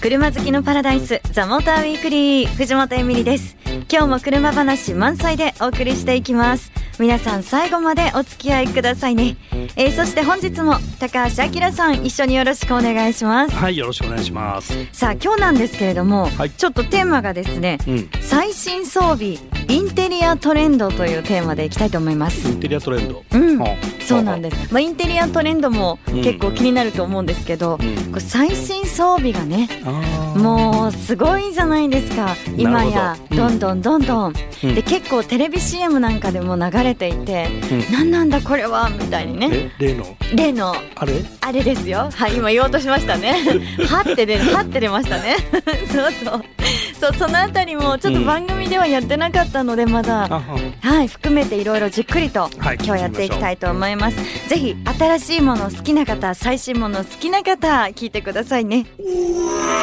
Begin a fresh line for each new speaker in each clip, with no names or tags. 車好きのパラダイスザモーターウィークリー藤本エミリです今日も車話満載でお送りしていきます皆さん最後までお付き合いくださいね、えー、そして本日も高橋明さん一緒によろしくお願いします
はいよろしくお願いします
さあ今日なんですけれども、
はい
ちょっとテーマがですね、
うん
最新装備インテリアトレンドというテーマでいきたいと思いま
イ
す
ンテリアトレンド
うん
はあ
そうなんです、まあ、インテリアトレンドも結構気になると思うんですけど、
うん
こう最新装備がね
あー
もうすごいじゃないですか今や
な
ど
る
んどんどんどん、
うん
で結構テレビ CM なんかでも流れていて、
うん
なん、何なんだこれはみたいにね
え例の
例の
あれ
あれですよはい今言おうとしました ねはって出るはって出ましたね そうそうそうそのあたりもちょっと番組ではやってなかったのでまだ、
あは
はい、含めていろいろじっくりと今
い
日やっていきたいと思います。ぜひ新しいもの好きな方、最新もの好きな方、聞いてくださいね。
The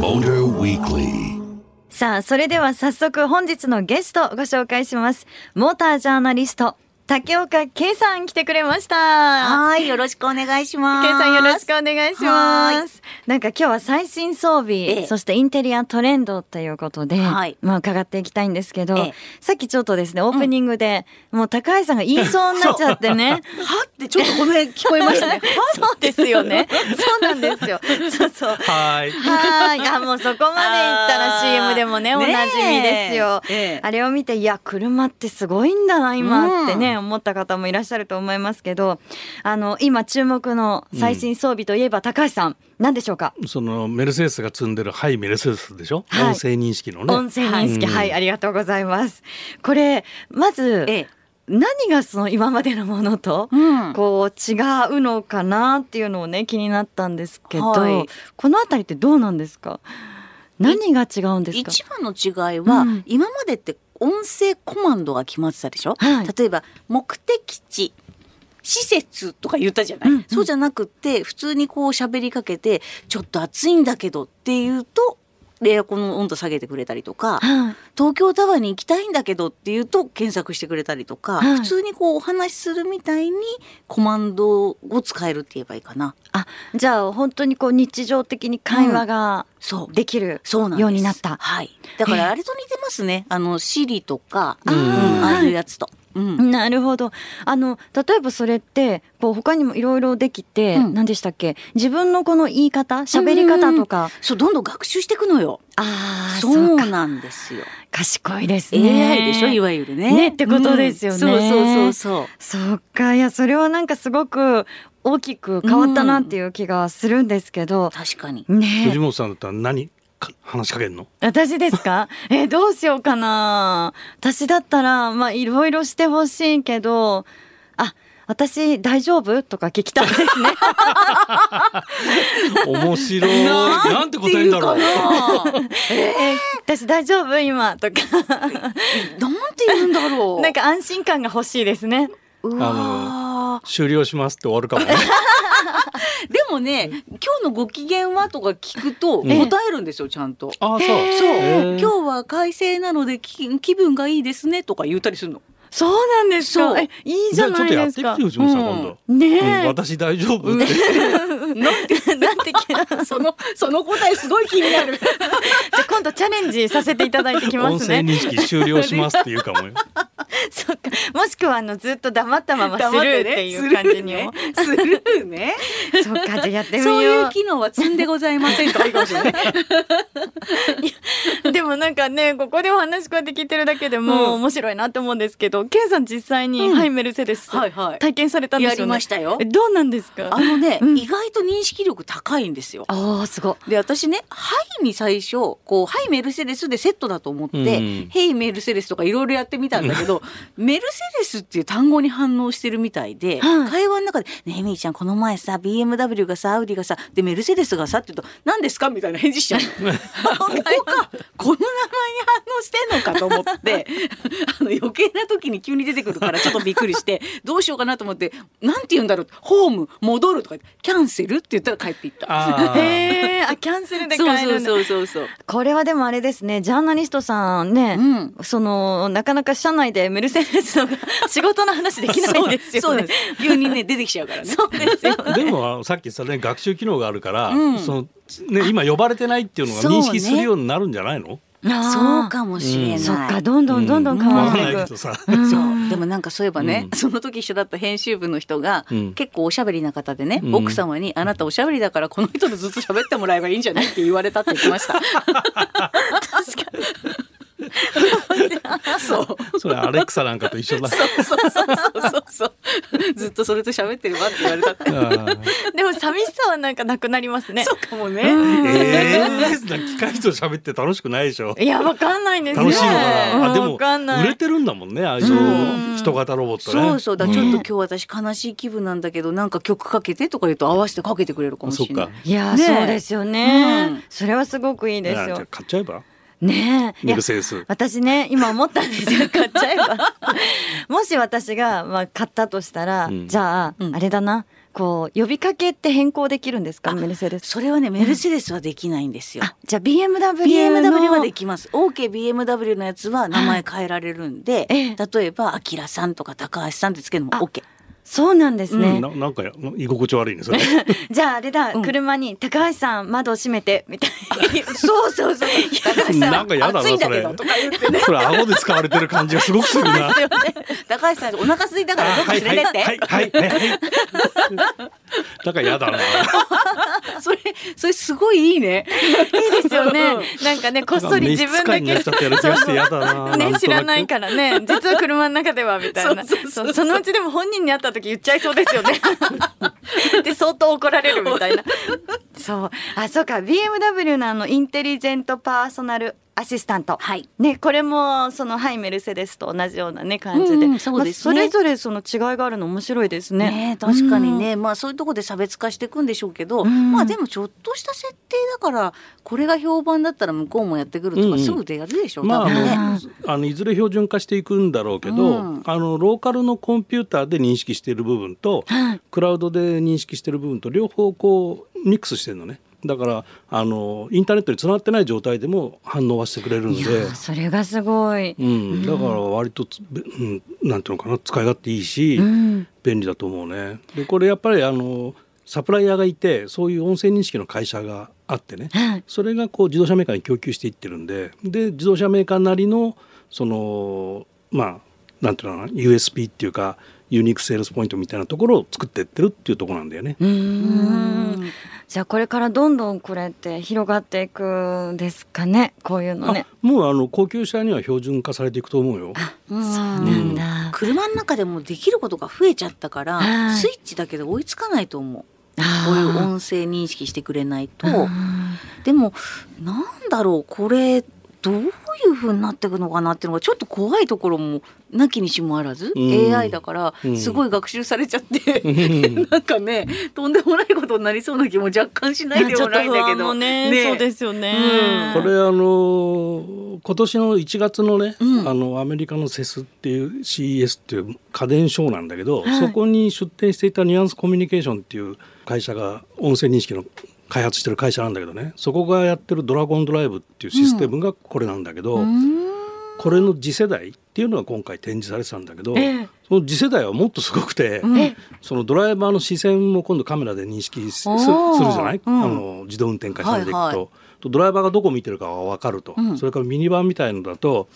Motor Weekly.
さあ、それでは早速本日のゲストご紹介します。モータージャーナリスト、竹岡圭さん来てくれました。
はい、よろしくお願いします。
圭さんよろしくお願いします。なんか今日は最新装備、
ええ
そしてインテリアトレンドということで、
はい
まあ伺っていきたいんですけど、
ええ
さっきちょっとですね、オープニングで、もう高橋さんが言いそうになっちゃってね。
はってちょっとこの辺聞こえましたね。
そうですよね。 そうなんですよ。そうそう。
はーい
はい、いやもうそこまで行ったら
あー
CM でもねおなじみですよ。
ええ
あれを見ていや車ってすごいんだな今ってね、思った方もいらっしゃると思いますけど、あの今注目の最新装備といえば高橋さん、何でしょうか。
そのメルセデスが積んでるハイメルセデスでしょ、
はい
音声認識のね
音声認識、
うん
はい、ありがとうございます。これまず、
ええ
何がその今までのものと、
うん
こう違うのかなっていうのをね気になったんですけど、
はい
このあたりってどうなんですか。何が違うんですか。
一番の違いは、
うん
今までって音声コマンドが決まってたでしょ、
はい
例えば目的地施設とか言ったじゃない、
うんうん
そうじゃなくて普通にこう喋りかけてちょっと暑いんだけどって言うとエアコンの温度下げてくれたりとか、
はい
東京タワーに行きたいんだけどって言うと検索してくれたりとか、
はい
普通にこうお話しするみたいにコマンドを使えるって言えばいいかな。
あ、じゃあ本当にこう日常的に会話が
そう
できる
そうなんです
ようになった。
はい。だか
え
らあれと似てますね。あの、シリとか、
あ
う
ー
んああいうやつと。うん。
なるほど。あの例えばそれってこう他にもいろいろできて、
うん
何でしたっけ？自分のこの言い方、喋り方とか。
そう、どんどん学習していくのよ。
ああ、
そ
そう
う
か。
なんですよ。
賢いですね。
AI でしょ、いわゆるね。
ねってことですよね
うんそうそうそうそ
そうかいやそれはなんかすごく大きく変わったなっていう気がするんですけど
う。、確かに。
ね
藤
え
本さんだったら何か話しかけんの
私ですかえどうしようかな私だったらまあいろいろしてほしいけどあ私大丈夫とか聞きたいですね
面白 いなんて答えんだろう
っていうかな
え私大丈夫今とか
なんて言うんだろう。
なん、か安心感が欲しいですね
うわー
終了しますって終わるかもね
でもね、今日のご機嫌はとか聞くと、
ん
答えるんですよ、ちゃんと。
ああそう
そう、
へ
今
ー
日は快晴なので気気分がいいですねとか言ったりするの。
そうなんです
か
えいいじゃ
あちょ
な
っ
い
とや
で
っ
す
てみて
か
よ藤本さん今度、
ね
うん
え、
私大丈夫って、
なんてなんて気が
そのその答えすごい気になる。
じゃあ今度チャレンジさせていただいてきま
音
す
声
ね。
認識終了しますって言うかもよ
そっか。もしくはあのずっと黙ったままスル
黙
ー
て
っ
ね
ていう感じにも。
スルーね。スルー ね。
そっかじゃあやってみよ
そういう
う。
機能は積んでございませんとかいいかもし れない。
でもなんかねここでお話こうやって聞いてるだけでも
うん
面白いなって思うんですけど、ケンさん実際にハイメルセデス
はいはい
体験されたんですよね。
やりましたよ
えどうなんですか。
あのね、
うん
意外と認識力高いんですよ。
ああすごい。
で私ね「はい」に最初「こうはいメルセデス」でセットだと思って「
うん
ヘイメルセデス」とかいろいろやってみたんだ けどメルセデスっていう単語に反応してるみたいで、
はい
会話の中で「ねえみーちゃんこの前さ BMW がさアウディがさでメルセデスがさ」って言うと「何ですか?」みたいな返事しちゃう のここかこの名前に反応してんのかと思って あの余計な時に急に出てくるからちょっとびっくりしてどうしようかなと思って「なんて言うんだろう?」「ホーム戻る」とか言って「キャンセル」って言ったら帰っていった。
あ
へ
ー
えあキャンセルで帰
そう
るんだ
そうそうそうそう。
これはでもあれですねジャーナリストさんね、
うん
そのなかなか社内でメルセデスの が仕事の話できないんです
そ
よ
うな
ね
んで。す急にね出てきちゃうからね
そうですよ。
でもさっき言ったね学習機能があるから、
うん
そのね今呼ばれてないっていうのが認識
そ
す
うね
るようになるんじゃないの？
そうかもしれない、
うん
そっかどんどんどんどん変わ
わ
っ
か
て
ん
い
ない
く。
けどさ。
うん
そうでもなんかそういえばね、
うん
その時一緒だった編集部の人が、
うん
結構おしゃべりな方でね、
うん
奥様に「あなたおしゃべりだからこの人とずっと喋ってもらえばいいんじゃない?」って言われたって言ってました そう
それアレクサなんかと一緒だ。
そうそうそうそうそうずっとそれと喋ってるわって言われたっ
あ
て
ー
でも寂しさはなんかなくなりますね。
そうかもね、
うん
ええー、なんか機械と喋って楽しくないでしょ。
いやわかんないんですよ。
楽しいのかな。あで
わ
も
かんない
売れてるんだもんねああいううん人型ロボットね。
そうそうだからちょっ
ん
と今日私悲しい気分なんだけど、なんか曲かけてとか言うと合わせてかけてくれるかもしれない
そっか
いやー、
ねえ
そうですよね、
うん
それはすごくいいで
いや
す
じゃあ
よ。
買っちゃえば。
ねえ。い
メ
や
ルセデス。
私ね今思ったんですよ買っちゃえばもし私が、まあ、買ったとしたら、
うん
じゃあ、
うん
あれだなこう呼びかけって変更できるんですか
あ
メルセデス
それはねメルセデスはできないんですよ
あじゃあ BMW の
BMW はできます OKBMW のやつは名前変えられるんで、
ええ
例えば「あきらさん」とか「高橋さん」ってつけるのも
あ
OK
そうなんですね、
うんななんか居心地悪いねそれ。
じゃああれだ、
うん
車に高橋さん窓閉めてみたいなそうそうそう
高 橋
なんか嫌だな
暑いんだけど
それ
とか言ってね
それ顎で使われてる感じがすごくするな。
高橋さんお腹空いたからどっか連れてって、
はいはいはいはい。なんか嫌だな。
それそれすごいいいね
いいですよねなんかねこっそり自分だ
なんか召使いにな
け
っちゃってやる気がして嫌だな。んと
ね
く
知らない。から ね実は車の中ではみたいな
そうそうそう
そ
そう
うそのうちでも本人に会った時言っちゃいそうですよ ねで相当怒られるみたいなそうあそうか BMW のあのインテリジェントパーソナルアシスタント
はい
ねこれもそのハイメルセデスと同じようなね感じで,、
うんそうですね
まあそれぞれその違いがあるの面白いですね
ね確かにね、まあそういうところで差別化していくんでしょうけど、
うん
まあでもちょっとした設定だからこれが評判だったら向こうもやってくるとか、
うんうん
すぐでやるでしょう、
まあ、
多分ね。
あのあのいずれ標準化していくんだろうけど、
うん
あのローカルのコンピューターで認識している部分と、
はい
クラウドで認識している部分と両方こうミックスしてるのねだからあのインターネットに繋がってない状態でも反応はしてくれるん
い
で
や、ーそれがすごい、
うん、だから割とつ、べうん、なんていうのかな使い勝手いいし、
うん、
便利だと思うね。でこれやっぱりあのサプライヤーがいてそういう音声認識の会社があってね
はい
それがこう自動車メーカーに供給していってるんでで自動車メーカーなりのそのまあなんていうのかな USB っていうかユニークセールスポイントみたいなところを作ってってるっていうところなんだよね。
う
うんん
じゃあこれからどんどんこれって広がっていくんですかねこういうのね
あ。もうあの高級車には標準化されていくと思うよ。
そう
なんだ。
車の中でもできることが増えちゃったから、
はい
スイッチだけで追いつかないと思うこういう
あ
音声認識してくれないと、
ー
でもなんだろうこれどういう風になっていくのかなっていうのがちょっと怖いところもなきにしもあらず、
うん
AI だから
うん
すごい学習されちゃって、
うん
なんかねとんでもないことになりそうな気も若干しないでもないんだけど。
そうですすよね
う。ん
これあの今年の1月のね、
うん
あのアメリカのセスっていう CES っていう家電ショーなんだけど、
はい
そこに出展していたニュアンスコミュニケーションっていう会社が音声認識の開発してる会社なんだけどねそこがやってるドラゴンドライブっていうシステムがこれなんだけど、これの次世代っていうのが今回展示されてたんだけど、
ええ
その次世代はもっとすごくて、
え
そのドライバーの視線も今度カメラで認識すす
お
る
ー
するじゃない、
うん
あの自動運転化されていくと,、
はいはい
とドライバーがどこ見てるかが分かると、
うん
それからミニバンみたいのだと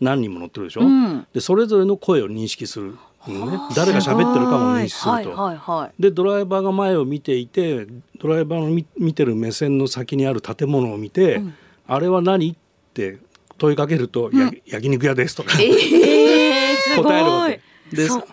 何人も乗ってるでしょ、
うん
でそれぞれの声を認識するのね誰が喋ってるかも認識すると。
はいはいはい。
でドライバーが前を見ていてドライバーの見見てる目線の先にある建物を見て、
うん
あれは何って問いかけると「や焼肉屋です」とか、
えーす
答えるわ
ごい
け。。で
そこ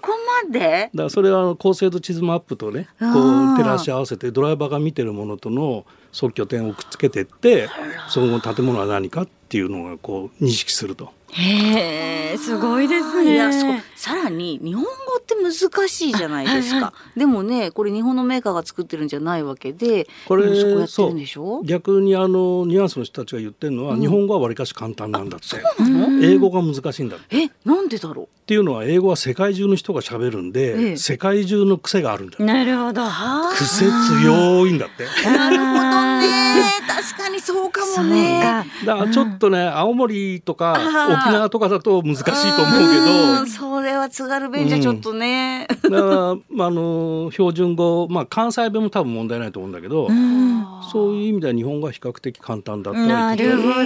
まで
だからそれはあの高精度地図マップとねこう
あー
照らし合わせてドライバーが見てるものとの即拠点をくっつけてってその建物は何かっていうのがこう認識すると。
へえすごいですね。
いやそうさらに日本語って難しいじゃないですか、
はいは
でもねこれ日本のメーカーが作ってるんじゃないわけで
これ
でもそこやってるんでしょ
逆にあのニュアンスの人たちが言ってるのは、日本語はわりかし簡単なんだって
うん
英語が難しいんだって。
えなんでだろ
っていうのは英語は世界中の人が喋るんで、
ええ
世界中の癖があるんだ
なるほど。
うあ
癖強いんだって。
なるほど
あー
確かにそうか
そうか。
だからちょっとね、青森とか
あー
沖縄とかだと難しいと
う
思うん
それは津軽弁じゃちょっとね、
けどだから、まあ、あの標準語、まあ、関西弁も多分問題ないと思うんだけど、
うん
そういう意味では日本語は比較的簡単だったり
なるほど。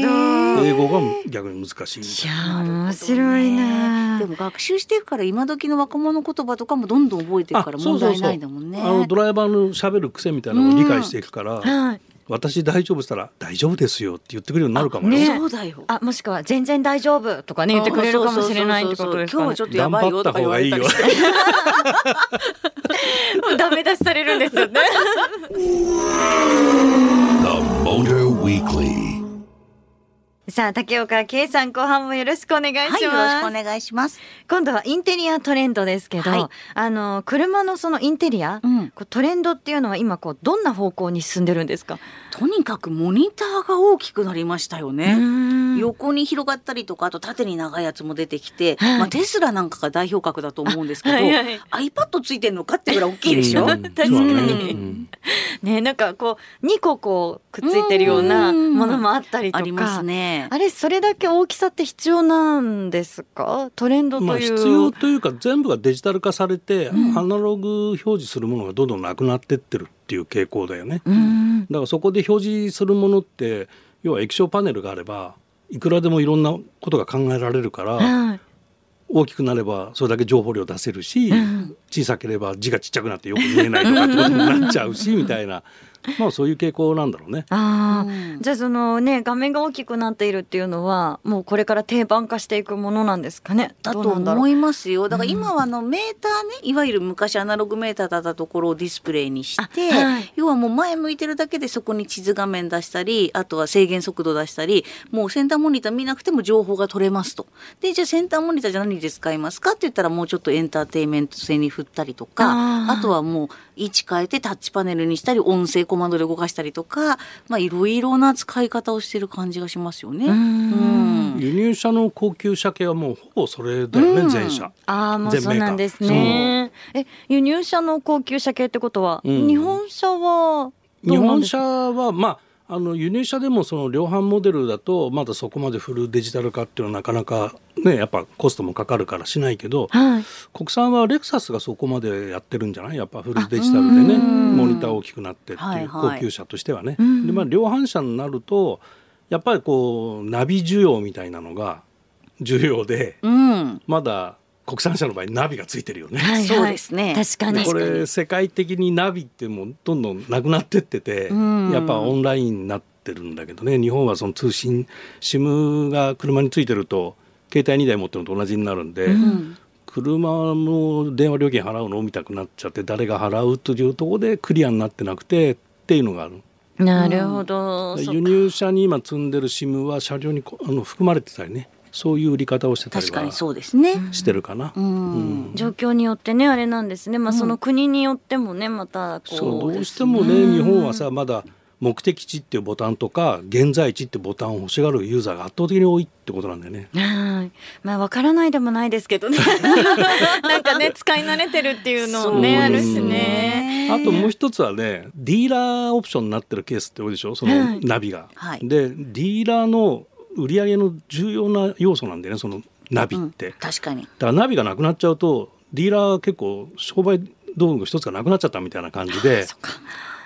英語が逆に難しいみ
い
たい
や
な。
ー面白いな
でも学習していくから今時の若者言葉とかもどんどん覚えていくから
あそ
問
うそう
題
そう
ないんだもんね。
あのドライバーの喋る癖みたいなのを理解していくから、
はい。
私大丈夫したら大丈夫ですよって言ってくれるようになるかもよ。
ね
そうだよ。
あもしくは全然大丈夫とかね言ってくれるかもしれないってことですか
そう
ね
そうそうそう今日はちょっとやばいよとか言われたりして。
ダメ出しされるんですよね。
The Motor Weekly.
さあ竹岡圭さん後半もよろしくお願いします。
はい、よろしくお願いします。
今度はインテリアトレンドですけど、
はい
あの車のそのインテリア、
うん
こうトレンドっていうのは今こうどんな方向に進んでるんですか。
とにかくモニターが大きくなりましたよね。
よ
横に広がったりとかあと縦に長いやつも出てきて、
はい
まあ、テスラなんかが代表格だと思うんですけ ど、
はいはい
iPad ついてんのかってぐらい大きいでしょ、
うん
確かに
そうだねうん
ねなんかこう二個こうくっついてるような
うん
ものもあったりとか。
ありますね。
あれそれだけ大きさって必要なんですかトレンド
まあ
という、
必要というか全部がデジタル化されて、
うん
アナログ表示するものがどんどんなくなってってるっていう傾向だよね。
うん
だからそこで表示するものって要は液晶パネルがあればいくらでもいろんなことが考えられるから
はい
大きくなればそれだけ情報量出せるし、
うん
小さければ字がちっちゃくなってよく見えないとかってことになっちゃうしみたいな、まあ、そういう傾向なんだろうね。
あー
うん
じゃあそのね画面が大きくなっているっていうのはもうこれから定番化していくものなんですかね
だと
どうなんだろ
思
う
いますよだから今はあのメーターねいわゆる昔アナログメーターだったところをディスプレイにして、
あはい
要はもう前向いてるだけでそこに地図画面出したりあとは制限速度出したりもうセンターモニター見なくても情報が取れますとでじゃあセンターモニターじゃ何で使いますかって言ったらもうちょっとエンターテインメント性に振ったりとか
あ
あ
ー
とはもう位置変えてタッチパネルにしたり音声コマンドで動かしたりとかまあいろいろな使い方をしてる感じがしますよね。
うー
うん
ん
輸入車の高級車系はもうほぼそれだよね、
うん
全車。
ああもうそうなんです
全
ねえ輸入車の高級車系ってことは、
うん
日本車はど
日
うなん
本
です
車
か
はまああの輸入車でもその量販モデルだとまだそこまでフルデジタル化っていうのはなかなかねやっぱコストもかかるからしないけど
はい
国産はレクサスがそこまでやってるんじゃないやっぱフルデジタルで
あう
ね
ん
モニター大きくなってって
はい
いう
はい
高級車としてはね。
うん
でまあ量販車になるとやっぱりこうナビ需要みたいなのが重要で
うん
まだ国産車の場合ナビがついてるよね。
はいはい
そうですね
確かに
でこれ世界的にナビってもうどんどんなくなってってて、
うん
やっぱオンラインになってるんだけどね日本はその通信 SIM が車についてると携帯2台持ってるのと同じになるんで、
うん
車の電話料金払うのみたくなっちゃって誰が払うというところでクリアになってなくてっていうのがある
なるほど、そっか
輸入車に今積んでる SIM は車両にこあの含まれてたりねそういう売り方をしてたり
確か
は
にそうですね。
してるかな。
うん
うん
状況によってねあれなんですねまあ
うん
その国によってもねまたこう
そうどうしてもね日本はさまだ目的地っていうボタンとか現在地ってボタンを欲しがるユーザーが圧倒的に多いってことなんだよね。
はいまあわからないでもないですけ どねなんかね使い慣れてるっていうのもねあ
そう
る
です
し
ね
ね
あともう一つはねディーラーオプションになってるケースって多いでしょそ
は
の
い
ナビが。
はい
でディーラーの売り上げの重要な要素なんだよねそのナビって。だ
確かに。
からナビがなくなっちゃうとディーラーは結構商売道具の一つがなくなっちゃったみたいな感じで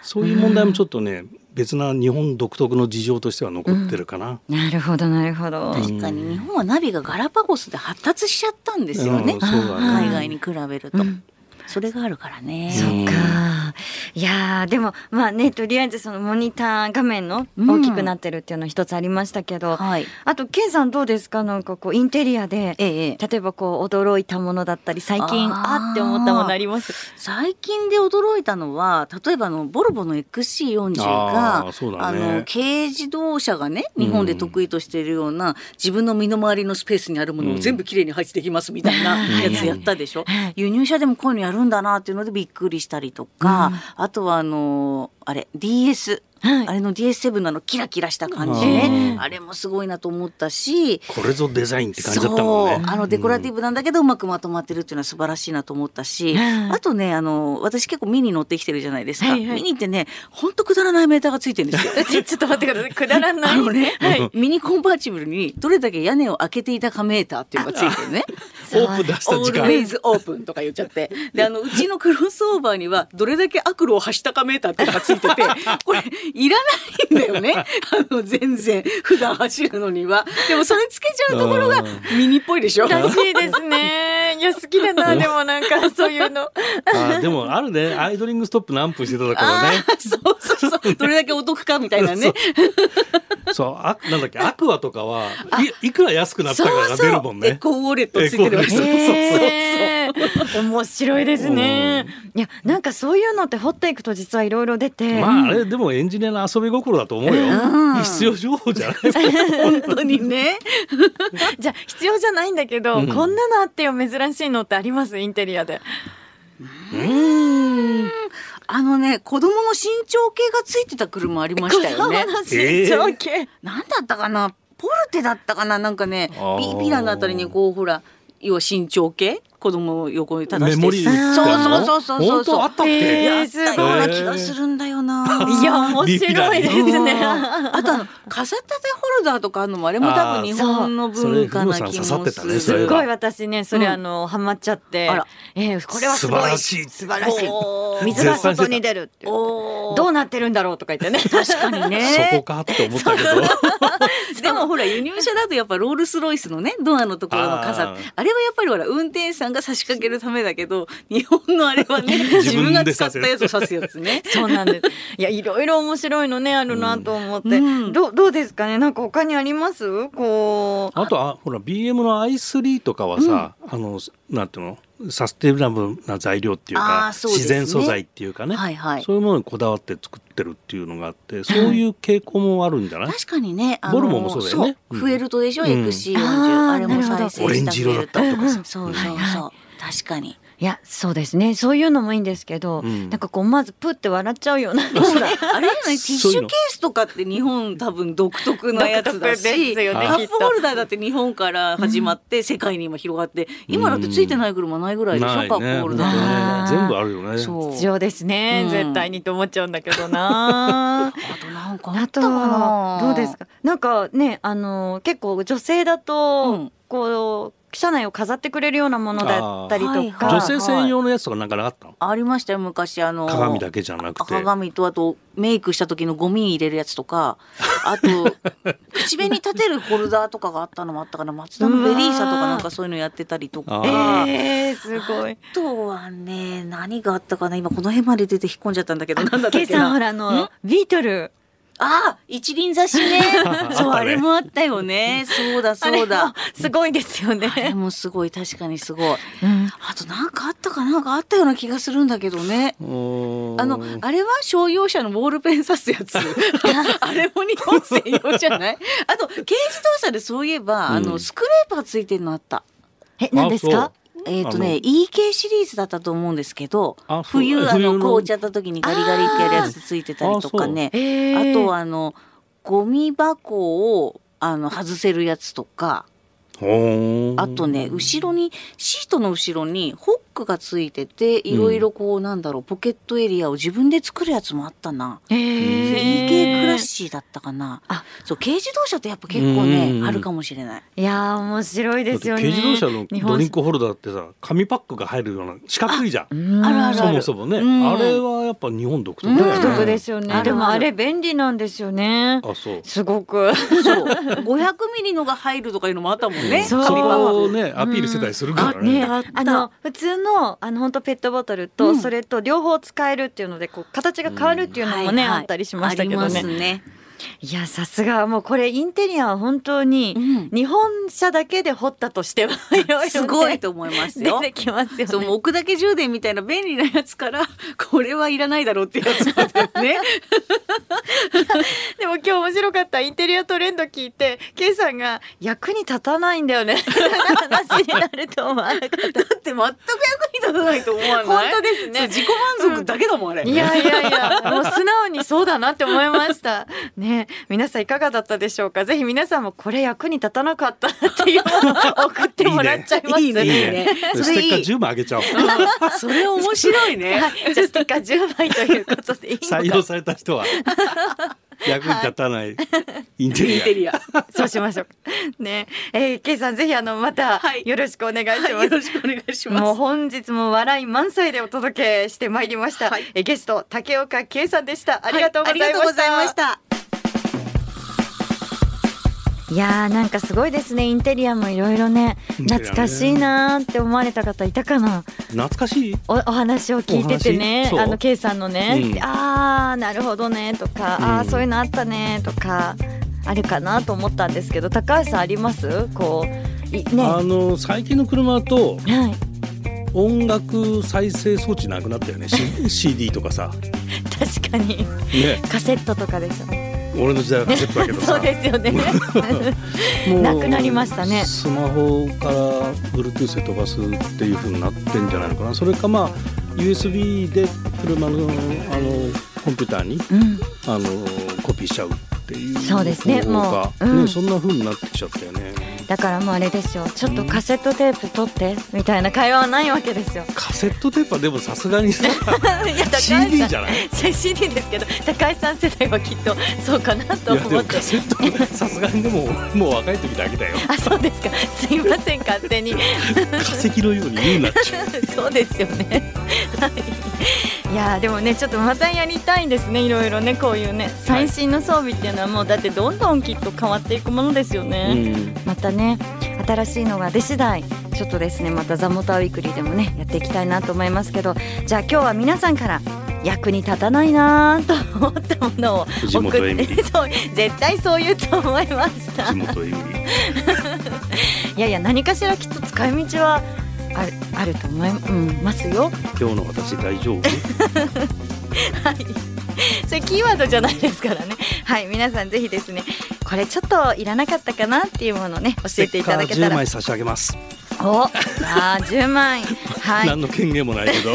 そういう問題もちょっとね別な日本独特の事情としては残ってるかな。
なるほどなるほど
確かに日本はナビがガラパゴスで発達しちゃったんですよね
うん。そうだね
海外に比べると、
うん
それがあるからね。
そっか。いやーでもまあねとりあえずそのモニター画面の大きくなってるっていうのは一つありましたけど、
はい。
あとケンさんどうですかなんかこうインテリアで、
ええ。
例えばこう驚いたものだったり最近
あ
あ
ー
って思ったものあります
最近で驚いたのは例えばあのボルボの XC40 が
あーそうだ
あ
ね
の軽自動車がね日本で得意としているような、自分の身の回りのスペースにあるものを全部きれいに配置できますみたいなやつやったでしょ、
はい
輸入車でもこういうのやるんだなっていうのでびっくりしたりとか、あとはあのあれ DS。
はい
あれの DS7 のあのキラキラした感じ
う
ね
ん
あれもすごいなと思ったし
これぞデザインって感じだったもんね
そうあのデコラティ
ブ、
ブなんだけどうまくまとまってるっていうのは素晴らしいなと思ったし、
うん
あとねあの私結構ミニ乗ってきてるじゃないですか、
はいはい
ミニってねほんとくだらないメーターがついてる んですよ。
うちちょっと待ってください。くだらな
あ
い。
のね、
はい。
ミニコンパーチブルにどれだけ屋根を開けていたかメーターっていうのがついて るね。
オープン出し
オ
た
ー
時
ルウ
間
ェイズオープンとか言っちゃってであのうちのクロスオーバーにはどれだけ悪路を走ったかメーターってのがつい ててこれいらないんだよねあの全然普段走るのにはでもそれつけちゃうところがミニっぽいでしょ
らしいです ね。いや、好きだな、でもなんか、そういうの。
あーでもあるねアイドリングストップ何分してたから
あ
ね
ーそうそうそうどれだけお得かみた いなね
そうあなんだっけアクアとかはいいくら安くなった
そう
から出るもん
そうエ
ね
コーウォレットついてるわけ
エコーウォレット
へー面白いですね。いや、なんかそういうのって掘っていくと実はいろいろ出て。
まああれでもエンジニアの遊び心だと思うよ
うん
必要情報じゃ ない
本当にね
じゃあ必要じゃないんだけど、
うん
こんなのあってよ珍しいのってありますインテリアで。
あのね子供の身長計がついてた車ありましたよ ね
子供の身長計。
なんだったかなポルテだったかななんかね
あー
ピピラのあたりにこうほら要は身長計子供を横に正して
メモリー
そ
使う
う
の
そうそうそう
本当あ
そう
ったっ
へ
け
ー
やったような気がするんだよな。
いや面白いですね。
あとあの傘立てホルダーとかあるのもあれも多分日本の文化な気
そうそれ藤野
もす
さん刺さってたね
る。
それ
すっ
は
ごい私ねそれ
うん
あの、ハマっちゃって
あら、
えーこれはすごい
素晴らしい
素晴らしい
おー
水が外に出るっていう
おー
どうなってるんだろうとか言って ね
確かにね。
そこかって思ったけど
でもほら輸入車だとやっぱロールスロイスのねドアのところの傘あ
あー
れはやっぱりほら運転手さんが差し掛けるためだけど 日本のあれはね自
自
分
分
が
で
使っ
させ
た
る
やつを刺すやつね。
そうなんです。 いや、いろいろ面白いのね、あるなと思って。
うん
どう、どうですかね、なんか他にあります。こう。
あとあほら BM の i3 とかはさ、あのなんていうのサステナブルな材料っていう
あー
か
そうです
自
ね
然素材っていうかね、
はいはい
そういうものにこだわって作ってるっていうのがあってそういう傾向 もあるんじゃない、
確かにね、あの
ボルボもそうだよね
そ
う
う
ん
フエルトでしょ、
うん
XC40、
あー
あれも再生
オレ
し
ン
た
ジ
フ
色
エ
だ
ル
っ
ト。
たとかさ、
そうそうそう、確かに。
いや、そうですね、そういうのもいいんですけど、
うん
なんかこう、まずプって笑っちゃうような。
ほら、あれじゃない、ティッシ
そうい
ュ
う
ケー
の
スとかって日本多分独特のやつだ
独特
し、
ですよね
カ
き
ッ
っ
プ
と
ホルダーだって日本から始まって世界に今広がって、今だってついてない車ないぐらいでしょ、
ない
カップホルダー
とね
ね。
本当ね全部あるよね
そう。
必要ですね、
うん
絶対にと思っちゃうんだけどな。
あとなんか あ
あ
っ
と
たかな
は。どうですか。なんかね、あの、結構女性だと、
うん
こう。車内を飾ってくれるようなものだったりとか、
あーはいはい
女性専用のやつとかなんかなかったの
ありましたよ昔あの
鏡だけじゃなくて
鏡とあとメイクした時のゴミ入れるやつとかあと口紅立てるホルダーとかがあったのもあったかな松田のベリーサとかなんかそういうのやってたりとか。
うわ
あ
えー、すごい。
とはね何があったかな今この辺まで出て引っ込んじゃったんだけどなんだった
ケ
っ
イ
け
さんほ
な
らあのビートル
あ一輪挿しねそう
あっ
あ
たね
れもあったよねそうだそう
あれも
だ
すごいですよね
あれもすごい確かにすごい
うん
あとなんかあったかななんかあったような気がするんだけどね
うーん
あの、あれは商用車のボールペン刺すやつ。あれも日本専用じゃない。あと軽自動車でそういえば、あ
う
の
ん
スクレーパーついてるのあった。
え何です
あ
か
えっ、と
あ
ね
の
EK シリーズだったと思うんですけど
あそう
冬あ
冬
の
の
紅茶った時にガリガリってやるやつついてたりとかね
あーあそう
あとはあのゴミ箱をあの外せるやつとか
ほーん
あとね後ろにシートの後ろにホックがついてていろいろこう、なんだろうポケットエリアを自分で作るやつもあったな。
え
イケクラッ
い
シーだったかな。
あ
そう軽自動車ってやっぱ結構
う
ね、
んうんうん
あるかもしれない。
やー面白い
だ
で
っ
す
て
よね
軽自動車の
日
ド
本
リンクホルダーってさ紙パックが入るような四角いじゃん
うん
あるある
そもそもね、
うん
あれはやっぱ日本独特だよね。
独特ですよ
ある
ね
ある
でもあれ便利なんですよね
あ、そう。
すごく
そう、500ミリのが入るとかいうのもあったもんね。
そう
そ
紙パック
こをね、アピールしてたりするからね。
あの普通のあの本当ペットボトル
う
と
ん
それと両方使えるっていうのでこう形が変わるっていうのもね、
はいはい
あったりしましたけど
あり
ね
ますね。
いやさすがもうこれインテリアは本当に
うん
日本車だけで掘ったとしてはいろいろね
すごいと思いますよ
出て。きますよ
そうもう
ね。
置くだけ充電みたいな便利なやつからこれはいらないだろうっていうやつまで ね
でも今日面白かったインテリアトレンド聞いて、ケイさんが役に立たないんだよね。話になると思わなかっ
だって全く役に立たないと思わない
本当ですね
そう自己満足だけだもんあれ、
た。いやいやいや、もう素直にそうだなって思いました。ね、皆さんいかがだったでしょうか。ぜひ皆さんもこれ役に立たなかったっていうのを送ってもらっちゃいます。
いいねいいねそ
ステ
れい
ッ
い
カー10枚あげちゃおう
それ面白いね。
はい、じゃあステッカー10枚ということでいいのか
採用された人は役に立たないインテ
インテ
リ
リア。
そうしましょう。ね、えー、ケイさんぜひあのまた
はい
よろしくお願いします。
はいよろしくお願いし
もう
ます。
本日も笑い満載でお届けしてまいりました。
はい
えゲスト竹岡圭さんでした。ありがとうございま
はありがとうご
した。
ざいました。
いやーなんかすごいですねインテリアもいろいろね
ンテリアね
懐かしいなーって思われた方いたかな
ア懐かしい
おお話を聞いてて
お
ね
話そう
あの K さんのね、
うん
あーなるほどねとか、あ
う
ー
ん
そういうのあったねとかあるかなと思ったんですけど高橋さんありますこういね
あ
は
の最近の車だと
い
音楽再生装置なくなったよね、C、CD とかさ、
確かに
ね、
カセットとかですよね
俺の時代はカセットだけど
そ
さ
うですよね
もう
なくなりましたね
スマホから Bluetooth で飛ばすっていう風になってんじゃないのかなそれかまあ USB で車のあのコンピューターに
うん
あのコピーしちゃうっていう
そうですね
方が
もううん
ね、そんな風になってきちゃったよね
だからもうあれですよちょっとカセットテープ取ってみたいな会話はないわけですよ
カセットテープはでもさすがにさ
い や高橋さん
CD じゃない
CD ですけど高橋さん世代はきっとそうかなと
いやで
思っ
も
て
カセットさすがにでももう若い時だけだ よ
あそうですかすいません勝手に
化石のように言うなっちゃう
そうですよねはいいやーでもねちょっとまたやりたいですねいろいろねこういうね最新の装備っていうのはもうだってどんどんきっと変わっていくものですよね、
うん
またね新しいのが出次第ちょっとですねまた「ザモターウィークリーでもねやっていきたいなと思いますけどじゃあ今日は皆さんから役に立たないなーと思ったものを
藤
送
本
っ
エミ
て
リ
そう絶対そう言うと思いました
地元エミリ
いやいや何かしらきっと使い道はあるあると思い、うん、ますよ
今日の私大丈夫
はい。それキーワードじゃないですからね。はい、皆さんぜひですね、これちょっといらなかったかなっていうものをね教えていただけた
10
ら。
枚差し上げます、
お、あー10枚。はい。
何の権限もないけど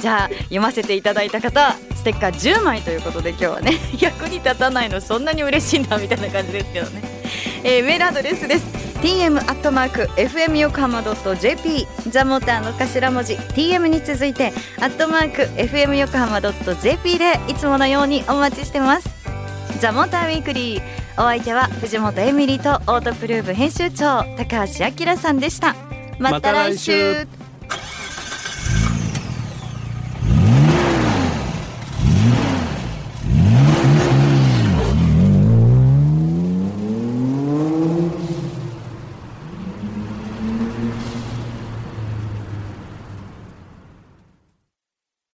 じゃあ読ませていただいた方、ステッカー10枚ということで今日はね、 役に立たないのそんなに嬉しいんだみたいな感じですけどね。えーメールアドレスです。tm アットマーク fm 横浜ドット jp ザモーターの頭文字 tm に続いてアットマーク fm 横浜ドット jp でいつものようにお待ちしてます。ザモーターウィークリー。お相手は藤本エミリーとオートプルーブ編集長高橋明さんでした。また来週。